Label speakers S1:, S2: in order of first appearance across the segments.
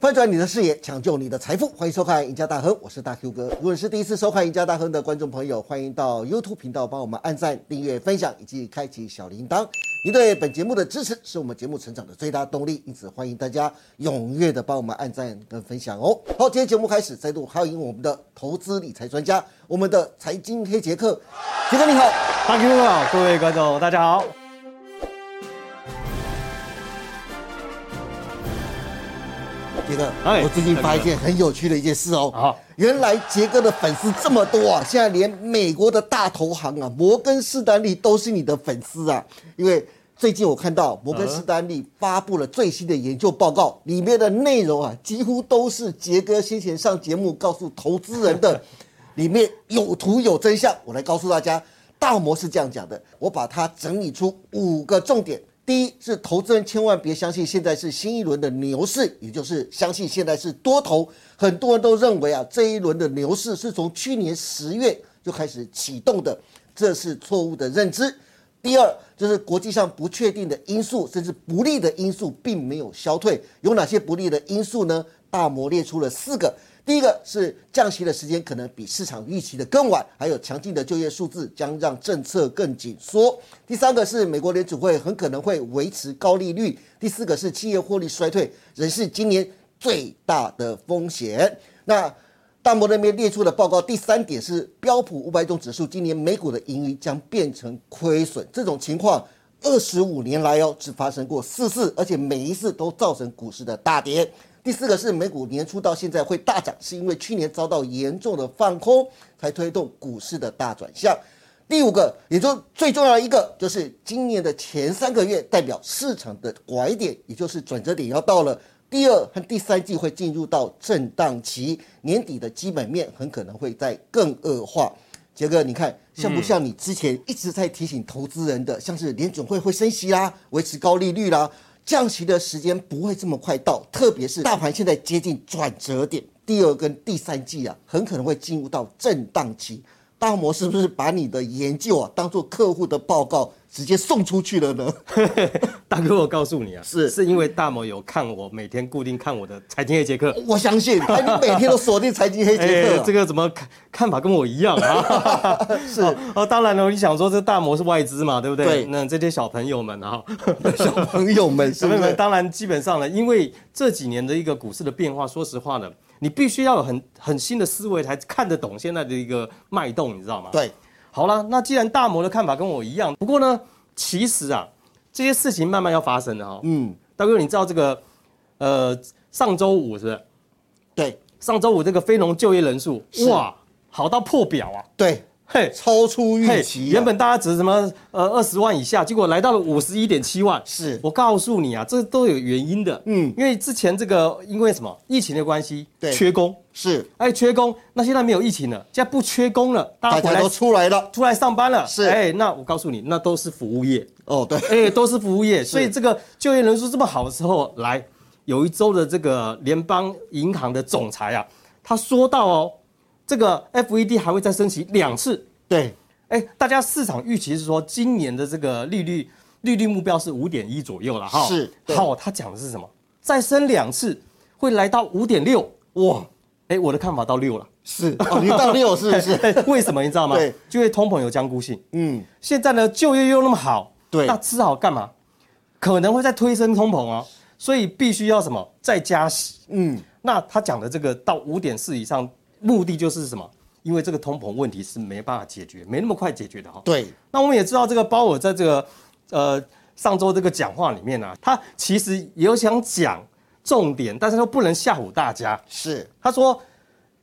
S1: 翻转你的视野，抢救你的财富，欢迎收看《赢家大亨》，我是大 Q 哥。如果是第一次收看《赢家大亨》的观众朋友，欢迎到 YouTube 频道帮我们按赞、订阅、分享以及开启小铃铛。您对本节目的支持是我们节目成长的最大动力，因此欢迎大家踊跃的帮我们按赞跟分享哦。好，今天节目开始，再度欢迎我们的投资理财专家，我们的财经黑杰克，杰克你好。
S2: 大 Q 哥好，各位观众大家好。
S1: 杰哥，
S2: 哎
S1: 我最近发一件很有趣的一件事哦。
S2: 好
S1: 原来杰哥的粉丝这么多啊，现在连美国的大投行啊，摩根士丹利都是你的粉丝啊。因为最近我看到摩根士丹利发布了最新的研究报告，里面的内容啊，几乎都是杰哥先前上节目告诉投资人的， 里面有图有真相。我来告诉大家，大摩是这样讲的，我把它整理出五个重点。第一是投资人千万别相信现在是新一轮的牛市，也就是相信现在是多头。很多人都认为啊，这一轮的牛市是从去年十月就开始启动的，这是错误的认知。第二就是国际上不确定的因素，甚至不利的因素并没有消退。有哪些不利的因素呢？大摩列出了四个。第一个是降息的时间可能比市场预期的更晚，还有强劲的就业数字将让政策更紧缩。第三个是美国联储会很可能会维持高利率。第四个是企业获利衰退，仍是今年最大的风险。那大摩那边列出的报告，第三点是标普五百种指数今年每股的盈余将变成亏损，这种情况二十五年来哦只发生过四次，而且每一次都造成股市的大跌。第四个是美股年初到现在会大涨，是因为去年遭到严重的放空，才推动股市的大转向。第五个，也就最重要的一个，就是今年的前三个月代表市场的拐点，也就是转折点要到了。第二和第三季会进入到震荡期，年底的基本面很可能会再更恶化。杰哥，你看像不像你之前一直在提醒投资人的，像是联准会会升息啦，维持高利率啦，降息的时间不会这么快到，特别是大盘现在接近转折点，第二跟第三季啊，很可能会进入到震荡期。大摩是不是把你的研究啊当做客户的报告直接送出去了呢？
S2: 大哥，我告诉你啊，
S1: 是
S2: 是因为大某有看我每天固定看我的财经黑杰克，
S1: 我相信，哎，你每天都锁定财经黑杰克、啊
S2: 哎这个怎么看看法跟我一样啊？
S1: 是
S2: 哦哦，当然了，你想说这大摩是外资嘛，对不对？
S1: 对
S2: 那这些小朋友们啊，
S1: 小朋友们，是
S2: 小
S1: 不
S2: 朋友们
S1: 是？
S2: 当然基本上呢，因为这几年的一个股市的变化，说实话呢，你必须要有很很新的思维才看得懂现在的一个脉动，你知道吗？
S1: 对，
S2: 好了，那既然大摩的看法跟我一样，不过呢，其实啊，这些事情慢慢要发生的哦哈、
S1: 嗯，
S2: 大哥，你知道这个，呃，上周五是不是？
S1: 对
S2: 上周五这个非农就业人数，
S1: 是
S2: 哇，好到破表啊！
S1: 对，
S2: 嘿，
S1: 超出预
S2: 嘿，
S1: 期啊、
S2: 原本大家只是什么呃二十万以下，结果来到了五十一点七万。
S1: 是
S2: 我告诉你啊，这都有原因的。
S1: 嗯
S2: 嗯，因为之前这个因为什么疫情的关系，
S1: 对
S2: 缺工，
S1: 是，
S2: 哎，缺工，那现在没有疫情了，现在不缺工了，
S1: 大
S2: 大家回
S1: 家
S2: 来
S1: 都出来了。
S2: 出来上班了，
S1: 是
S2: 哎，那我告诉你，那都是服务业，
S1: 哦，对，
S2: 哎，都是服务业，所以这个就业人数这么好的时候，来有一周的这个联邦银行的总裁啊，他说到哦，这个 FED 还会再升息两次，
S1: 对，
S2: 哎，大家市场预期是说今年的这个利率利率目标是五点一左右了哈，
S1: 是对
S2: 好，他讲的是什么？再升两次会来到五点六，哇，哎，我的看法到六了，
S1: 是。哦，你到六是不是？
S2: 为什么你知道吗？
S1: 对，
S2: 因为通膨有僵固性。
S1: 嗯，
S2: 现在呢就业又那么好，
S1: 对
S2: 那吃好干嘛？可能会再推升通膨哦，所以必须要什么再加息。
S1: 嗯，
S2: 那他讲的这个到五点四以上，目的就是什么？因为这个通膨问题是没办法解决，没那么快解决的哈、哦。
S1: 对，
S2: 那我们也知道，这个鲍尔在这个呃上周这个讲话里面呢、啊，他其实也有想讲重点，但是又不能吓唬大家。
S1: 是，
S2: 他说，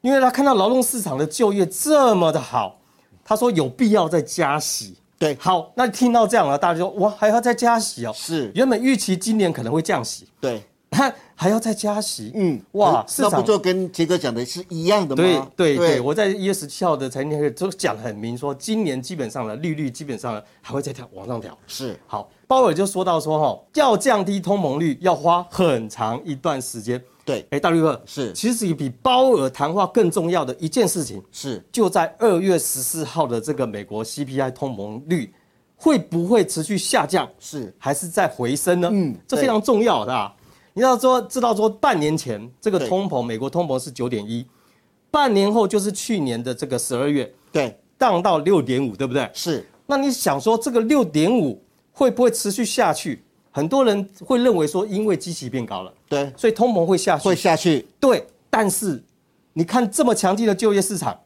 S2: 因为他看到劳动市场的就业这么的好，他说有必要再加息。
S1: 对，
S2: 好，那听到这样了，大家就说哇，还要再加息哦。
S1: 是
S2: 原本预期今年可能会降息，
S1: 对，
S2: 还要再加息。
S1: 嗯，
S2: 哇，市
S1: 那不
S2: 场
S1: 就跟杰哥讲的是一样的
S2: 对
S1: 吗？
S2: 对对，我在一月十七号的财经会都讲得很明，说今年基本上呢，利率基本上呢还会再调往上调。
S1: 是，
S2: 好，鲍尔就说到说哈，要降低通膨率要花很长一段时间。
S1: 对，
S2: 哎，大绿哥
S1: 是
S2: 其实比鲍尔谈话更重要的一件事情，
S1: 是，
S2: 就在二月十四号的这个美国 CPI 通膨率会不会持续下降，
S1: 是，
S2: 还是在回升呢？
S1: 嗯
S2: 这非常重要的、啊。你要说知道说半年前这个
S1: 对
S2: 通膨，美国通膨是九点一，半年后就是去年的这个十二月，
S1: 对，
S2: 荡到六点五，对不对？
S1: 是
S2: 那你想说这个六点五会不会持续下去？很多人会认为说，因为基期变高了，
S1: 对，
S2: 所以通膨会下去。
S1: 会下去，
S2: 对，但是你看这么强劲的就业 市场，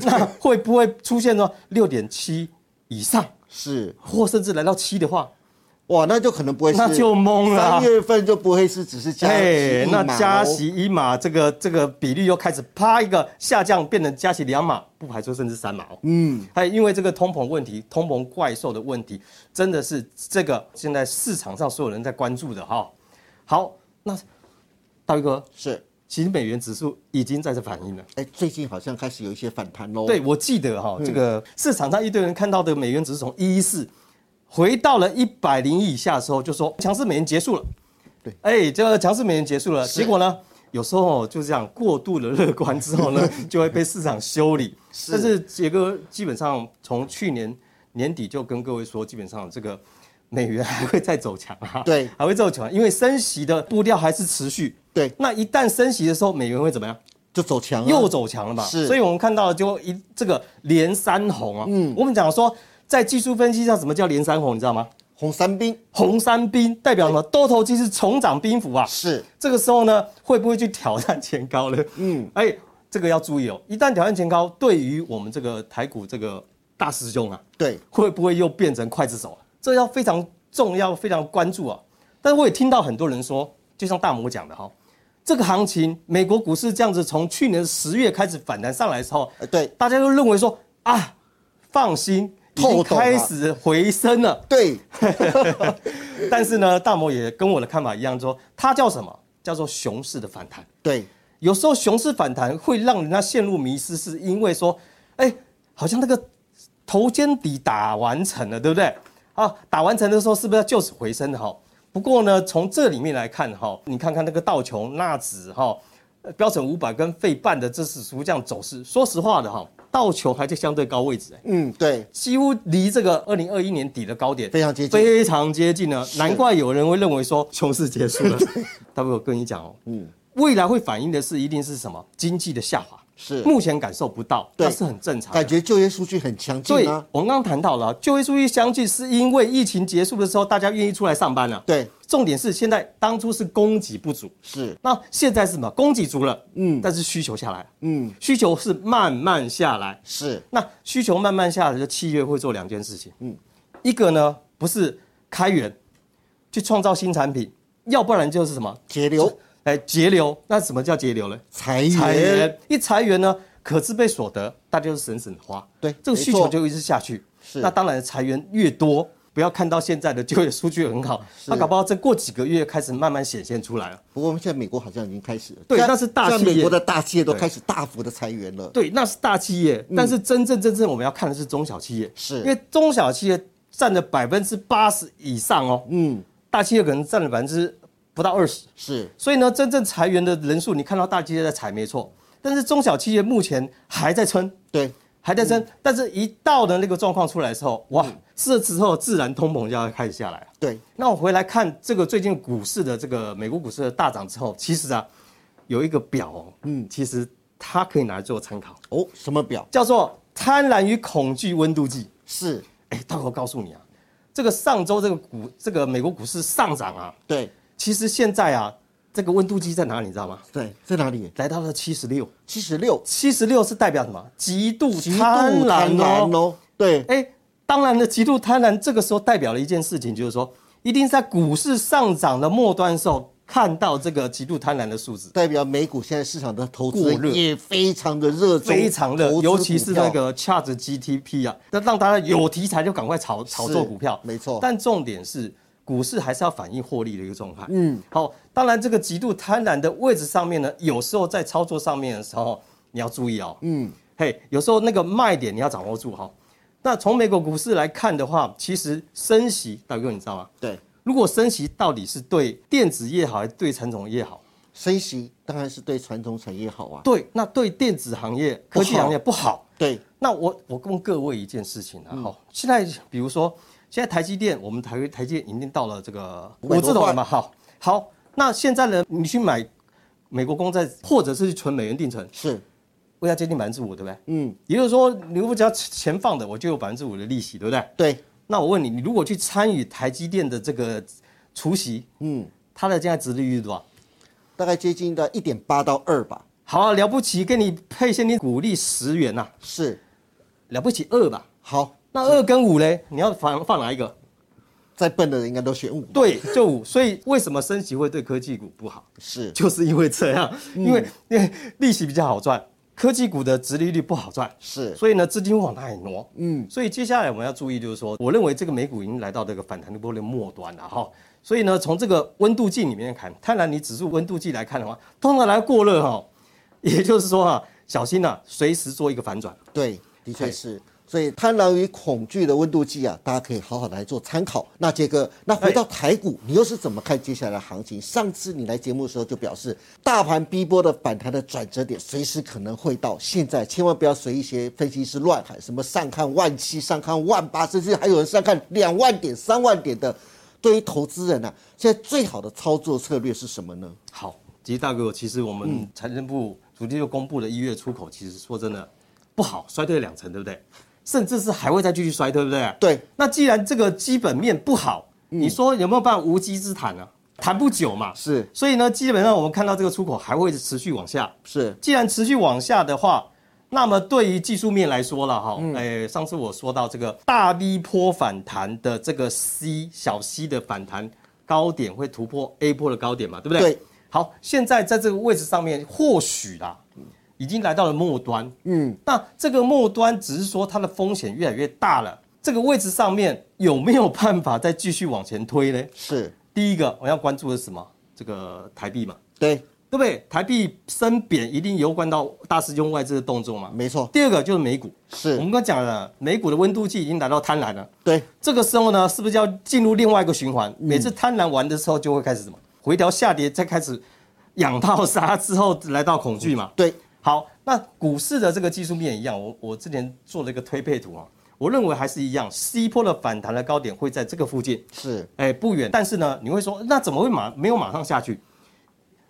S2: 那会不会出现说六点七以上，
S1: 是
S2: 或甚至来到七的话，
S1: 哇，那就可能不会是，
S2: 那就懵了啊
S1: 三月份就不会是只是加息一码
S2: 那
S1: 哦
S2: 加息一码，这个这个比率又开始啪一个下降，变成加息两码，不排除甚至三码哦。嗯，还因为这个通膨问题，通膨怪兽的问题，真的是这个现在市场上所有人在关注的哈、好，那大宇哥，
S1: 是，
S2: 其实美元指数已经在这反应了。
S1: 哎，最近好像开始有一些反弹喽。
S2: 对，，我记得哈、
S1: 嗯
S2: 这个市场上一堆人看到的美元指数从一一四回到了一百零以下的时候，就说强势美元结束了。
S1: 对，
S2: 哎，这个强势美元结束了，结果呢，有时候就这样过度的乐观之后 呢，就会被市场修理。
S1: 是
S2: 但是杰哥基本上从去年年底就跟各位说，基本上这个美元还会再走强啊，
S1: 对
S2: 还会再走强，因为升息的步调还是持续。
S1: 对，
S2: 那一旦升息的时候，美元会怎么样？
S1: 就走强啊
S2: 又走强了嘛。
S1: 是
S2: 所以我们看到就一这个连三红啊。嗯，我们讲说在技术分析上，什么叫连三红，你知道吗？
S1: 红三兵
S2: 红三兵代表什么？多头鸡是重掌兵符啊。
S1: 是
S2: 这个时候呢，会不会去挑战前高呢？嗯，哎，这个要注意哦。一旦挑战前高，对于我们这个台股这个大师兄啊，
S1: 对，
S2: 会不会又变成刽子手啊？这要非常重要，非常关注啊。但是我也听到很多人说，就像大魔讲的哈、这个行情，美国股市这样子从去年十月开始反弹上来之后，
S1: 呃对
S2: 大家都认为说啊，放心，已
S1: 透
S2: 经
S1: 懂啊了
S2: 开始回升了。
S1: 对
S2: 但是呢，大魔也跟我的看法一样说它叫什么？叫做熊市的反弹。
S1: 对
S2: 有时候熊市反弹会让人家陷入迷失，是因为说，哎、好像那个头肩底打完成了，对不对？啊，打完成的时候是不是要就此回升的哈？不过呢，从这里面来看哈，你看看那个道琼、纳指哈、呃标准五百跟费半的这是属于这样走势。说实话的哈，道琼还在相对高位置、哎
S1: 嗯对
S2: 几乎离这个二零二一年底的高点
S1: 非常接近
S2: 非常接近了。难怪有人会认为说熊市结束 了。大卫，我跟你讲哦，嗯，未来会反映的是一定是什么经济的下滑，
S1: 是，
S2: 目前感受不到，
S1: 对
S2: 那是很正常的。
S1: 感觉就业数据很强
S2: 所以
S1: 劲啊，，
S2: 我们刚刚谈到了就业数据相近，是因为疫情结束的时候，大家愿意出来上班了、啊
S1: 对
S2: 重点是现在当初是供给不足，
S1: 是
S2: 那现在是什么？供给足了，嗯，但是需求下来了，嗯，需求是慢慢下来，
S1: 是
S2: 那需求慢慢下来，就七月会做两件事情，嗯，一个呢不是开源，去创造新产品，要不然就是什么，
S1: 节流
S2: 哎节流。那什么叫节流呢？
S1: 裁
S2: 裁
S1: 员
S2: 员，一裁员呢，可支配所得大家就省省花，
S1: 对
S2: 这个
S1: 没
S2: 需
S1: 错
S2: 求就一直下去。
S1: 是
S2: 那当然裁员越多，不要看到现在的就业数据很好，那搞不好再过几个月开始慢慢显现出来了。
S1: 不过我们现在美国好像已经开始了，
S2: 对
S1: 像
S2: 但是大
S1: 像
S2: 企业
S1: 美国的大企业都
S2: 对
S1: 开始大幅的裁员了，
S2: 对，那是大企业，但是真正真正我们要看嗯的是中小企业，
S1: 是
S2: 因为中小企业占了百分之八十以上哦，嗯，大企业可能占了百分之不到二十，
S1: 是
S2: 所以呢，真正裁员的人数，你看到大企业在裁没错，但是中小企业目前还在撑，
S1: 对
S2: 还在撑，但是一到了那个状况出来的时候，哇，这之后自然通膨就要开始下来了。
S1: 对
S2: 那我回来看这个最近股市的这个美国股市的大涨之后，其实啊，有一个表哦，嗯，其实它可以拿来做参考，
S1: 哦，什么表
S2: 叫做贪婪与恐惧温度计。
S1: 是
S2: 哎，大伙告诉你啊，这个上周这个股这个美国股市上涨啊，
S1: 对
S2: 其实现在啊，这个温度计在哪里，你知道吗？
S1: 对在哪里？
S2: 来到了七十六，
S1: 七十六，
S2: 七十六是代表什么？极度
S1: 极度
S2: 贪婪哦。
S1: 哦，对
S2: 哎，当然了，极度贪婪这个时候代表了一件事情，就是说，一定是在股市上涨的末端的时候看到这个极度贪婪的数字，
S1: 代表美股现在市场的投资
S2: 过热
S1: 也非常的热衷，
S2: 非常热
S1: 投，资
S2: 尤其是
S1: 股票
S2: 那个 Chat GTP 啊，那让大家有题材就赶快炒炒作股票，
S1: 没错
S2: 但重点是。股市还是要反映获利的一个状态。嗯，好，当然这个极度贪婪的位置上面呢，有时候在操作上面的时候，你要注意哦。嗯，嘿，有时候那个卖点你要掌握住哈、那从美国股市来看的话，其实升息，大哥你知道吗？
S1: 对
S2: 如果升息到底是对电子业好，还是对传统业好？
S1: 升息当然是对传统产业好啊，
S2: 对，那对电子行业、科技行业不好。
S1: 对
S2: 那我我问各位一件事情啊，哈、现在比如说现在台积电，我们台台积电已经到了这个
S1: 500
S2: 五字头了嘛，好，好，那现在呢，你去买美国公债，或者是去存美元定存，
S1: 是
S2: 未来接近百分之五，对不对？嗯，也就是说，你如果只要钱放的，我就有百分之五的利息，对不对？
S1: 对，
S2: 那我问你，你如果去参与台积电的这个除息，嗯，它的现在殖利率是多少？
S1: 大概接近到一点八到二吧，
S2: 好、啊、了不起，给你配现金股利十元呐、啊
S1: 是
S2: 了不起二吧？
S1: 好，
S2: 那二跟五嘞，你要放放哪一个？
S1: 再笨的人应该都选五，
S2: 对，就五。所以为什么升息会对科技股不好？
S1: 是
S2: 就是因为这样，因为因为利息比较好赚，科技股的殖利率不好赚，
S1: 是
S2: 所以呢，资金往哪里挪？嗯，所以接下来我们要注意，就是说，我认为这个美股已经来到这个反弹的波的末端了哈。所以呢，从这个温度计里面看，贪婪你指数温度计来看的话，通常来过热哈，也就是说啊，小心呐、随时做一个反转。
S1: 对，的确是。所以贪婪与恐惧的温度计啊，大家可以好好来做参考。那杰哥，那回到台股，你又是怎么看接下来的行情？上次你来节目的时候就表示，大盘逼波的反弹的转折点随时可能会到，现在千万不要随一些分析师乱喊什么上看万七、上看万八，甚至还有人上看两万点、三万点的。对于投资人啊，现在最好的操作策略是什么呢？
S2: 好，嗯其实大哥，其实我们财政部主力就公布了一月出口，其实说真的不好，衰退两成，对不对？甚至是还会再继续衰，对不对？嗯
S1: 对。
S2: 那既然这个基本面不好，你说有没有办法无稽之谈啊？谈不久嘛。
S1: 是
S2: 所以呢，基本上我们看到这个出口还会持续往下。
S1: 是
S2: 既然持续往下的话，那么对于技术面来说了哈，哎、上次我说到这个大 V 波反弹的这个 C 小 C 的反弹高点会突破 A 波的高点嘛，对不对？
S1: 对。
S2: 好，现在在这个位置上面，或许啦，已经来到了末端。嗯，那这个末端只是说它的风险越来越大了。这个位置上面有没有办法再继续往前推呢？
S1: 是，
S2: 第一个我要关注的是什么？这个台币嘛，
S1: 对，
S2: 对不对？台币升贬一定有关到大师兄外资的动作嘛。
S1: 没错，
S2: 第二个就是美股，我
S1: 是
S2: 们刚讲了，美股的温度计已经来到贪婪了。
S1: 对，
S2: 这个时候呢，是不是要进入另外一个循环？每次贪婪完的时候，就会开始什么？回调下跌，再开始养到杀之后，来到恐惧嘛。
S1: 对，
S2: 好，那股市的这个技术面一样，我我之前做了一个推配图啊，我认为还是一样，C 波的反弹的高点会在这个附近，
S1: 是
S2: 哎，不远。但是呢，你会说，那怎么会马没有马上下去？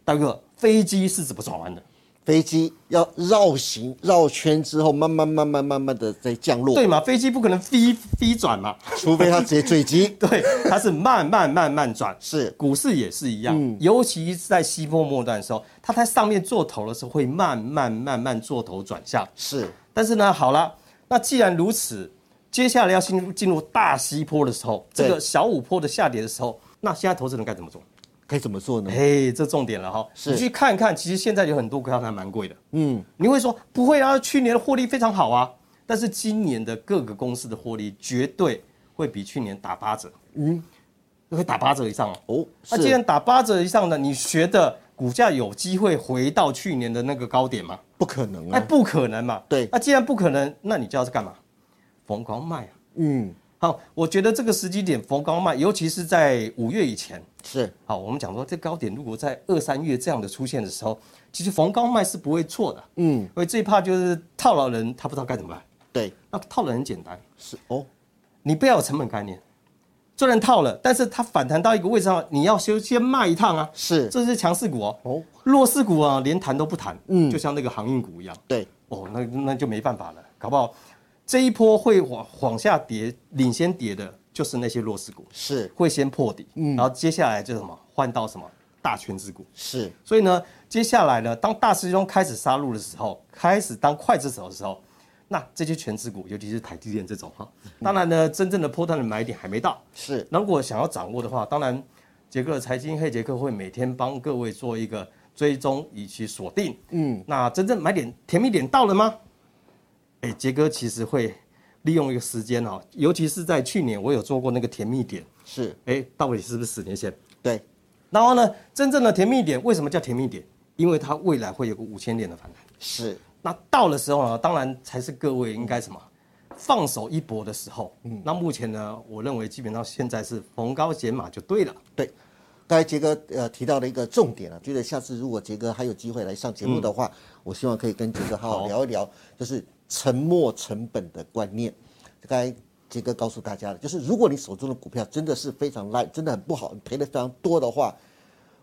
S2: 大哥，飞机是怎么转弯的？
S1: 飞机要绕行绕圈之后，慢慢慢慢慢慢的再降落，
S2: 对嘛，飞机不可能飞飞转嘛，
S1: 除非它直接坠机。
S2: 对，它是慢慢慢慢转。
S1: 是
S2: 股市也是一样，尤其是在西坡末段的时候，它在上面做头的时候会慢慢慢慢做头转向。
S1: 是，
S2: 但是呢，好了，那既然如此，接下来要进入进入大西坡的时候，
S1: 对
S2: 这个小五坡的下跌的时候，那现在投资人该怎么做？
S1: 该怎么做呢？
S2: 嘿，这重点了哈，
S1: 是
S2: 你去看看，其实现在有很多股票它蛮贵的，嗯，你会说不会啊，去年的获利非常好啊，但是今年的各个公司的获利绝对会比去年打八折，嗯，会打八折以上哦。
S1: 哦，
S2: 那既
S1: 是
S2: 然打八折以上的，你觉得股价有机会回到去年的那个高点吗？
S1: 不可能
S2: 哎，
S1: 啊。
S2: 不可能嘛。
S1: 对
S2: 那既然不可能，那你就要是干嘛？逢高卖啊。
S1: 嗯，
S2: 好，我觉得这个时机点逢高卖，尤其是在五月以前。
S1: 是
S2: 好，我们讲说这高点如果在二三月这样的出现的时候，其实逢高卖是不会错的。嗯，因为最怕就是套牢人，他不知道该怎么办。
S1: 对，
S2: 那套牢人很简单，
S1: 是哦，
S2: 你不要有成本概念。虽然套了，但是它反弹到一个位置上，你要先先卖一趟啊。
S1: 是
S2: 这是强势股哦。
S1: 哦
S2: 弱势股啊，连谈都不谈，嗯，就像那个航运股一样，
S1: 对，
S2: 哦，那那就没办法了，搞不好这一波会往往下跌，领先跌的就是那些弱势股，
S1: 是
S2: 会先破底，嗯，然后接下来就是什么换到什么大权值股，
S1: 是
S2: 所以呢，接下来呢，当大师兄开始杀入的时候，开始当刽子手的时候，那这些全值股，尤其是台积电这种哈，当然呢，真正的波段的买点还没到，
S1: 是
S2: 那如果想要掌握的话，当然杰克的财经黑杰克会每天帮各位做一个追踪以及锁定。嗯，那真正买点甜蜜点到了吗？哎，杰哥其实会利用一个时间哦，尤其是在去年我有做过那个甜蜜点，
S1: 是，
S2: 哎，到底是不是十年前？
S1: 对，
S2: 然后呢，真正的甜蜜点为什么叫甜蜜点？因为它未来会有个五千点的反弹。
S1: 是
S2: 那到的时候呢，当然才是各位应该什么放手一搏的时候。那目前呢，我认为基本上现在是逢高减码就对了。
S1: 对。刚才杰哥呃提到了一个重点啊，觉得下次如果杰哥还有机会来上节目的话，我希望可以跟杰哥好好
S2: 好
S1: 聊一聊，就是沉没成本的观念。刚才杰哥告诉大家的，就是如果你手中的股票真的是非常烂，真的很不好，你赔的非常多的话，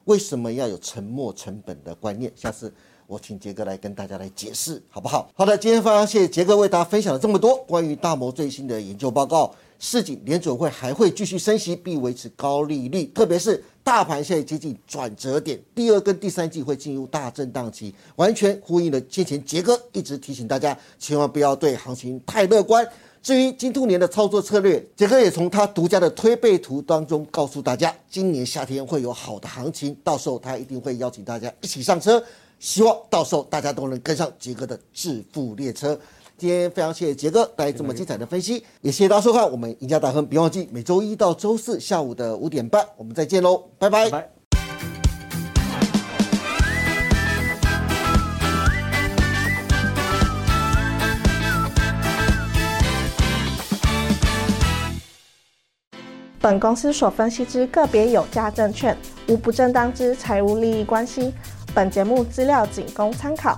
S1: 为什么要有沉没成本的观念？下次我请杰哥来跟大家来解释，好不好？好的，今天非常谢谢杰哥为大家分享了这么多关于大摩最新的研究报告。市井联准会还会继续升息，并维持高利率，特别是大盘现在接近转折点，第二跟第三季会进入大震荡期，完全呼应了先前杰哥一直提醒大家，千万不要对行情太乐观。至于金兔年的操作策略，杰克也从他独家的推背图当中告诉大家，今年夏天会有好的行情，到时候他一定会邀请大家一起上车，希望到时候大家都能跟上杰哥的致富列车。今天非常谢谢杰哥带来这么精彩的分析，也谢谢大家收看我们赢家大亨，别忘记每周一到周四下午的五点半，我们再见喽，拜拜。
S2: 拜。
S3: 本公司所分析之个别有价证券，无不正当之财务利益关系。本节目资料仅供参考，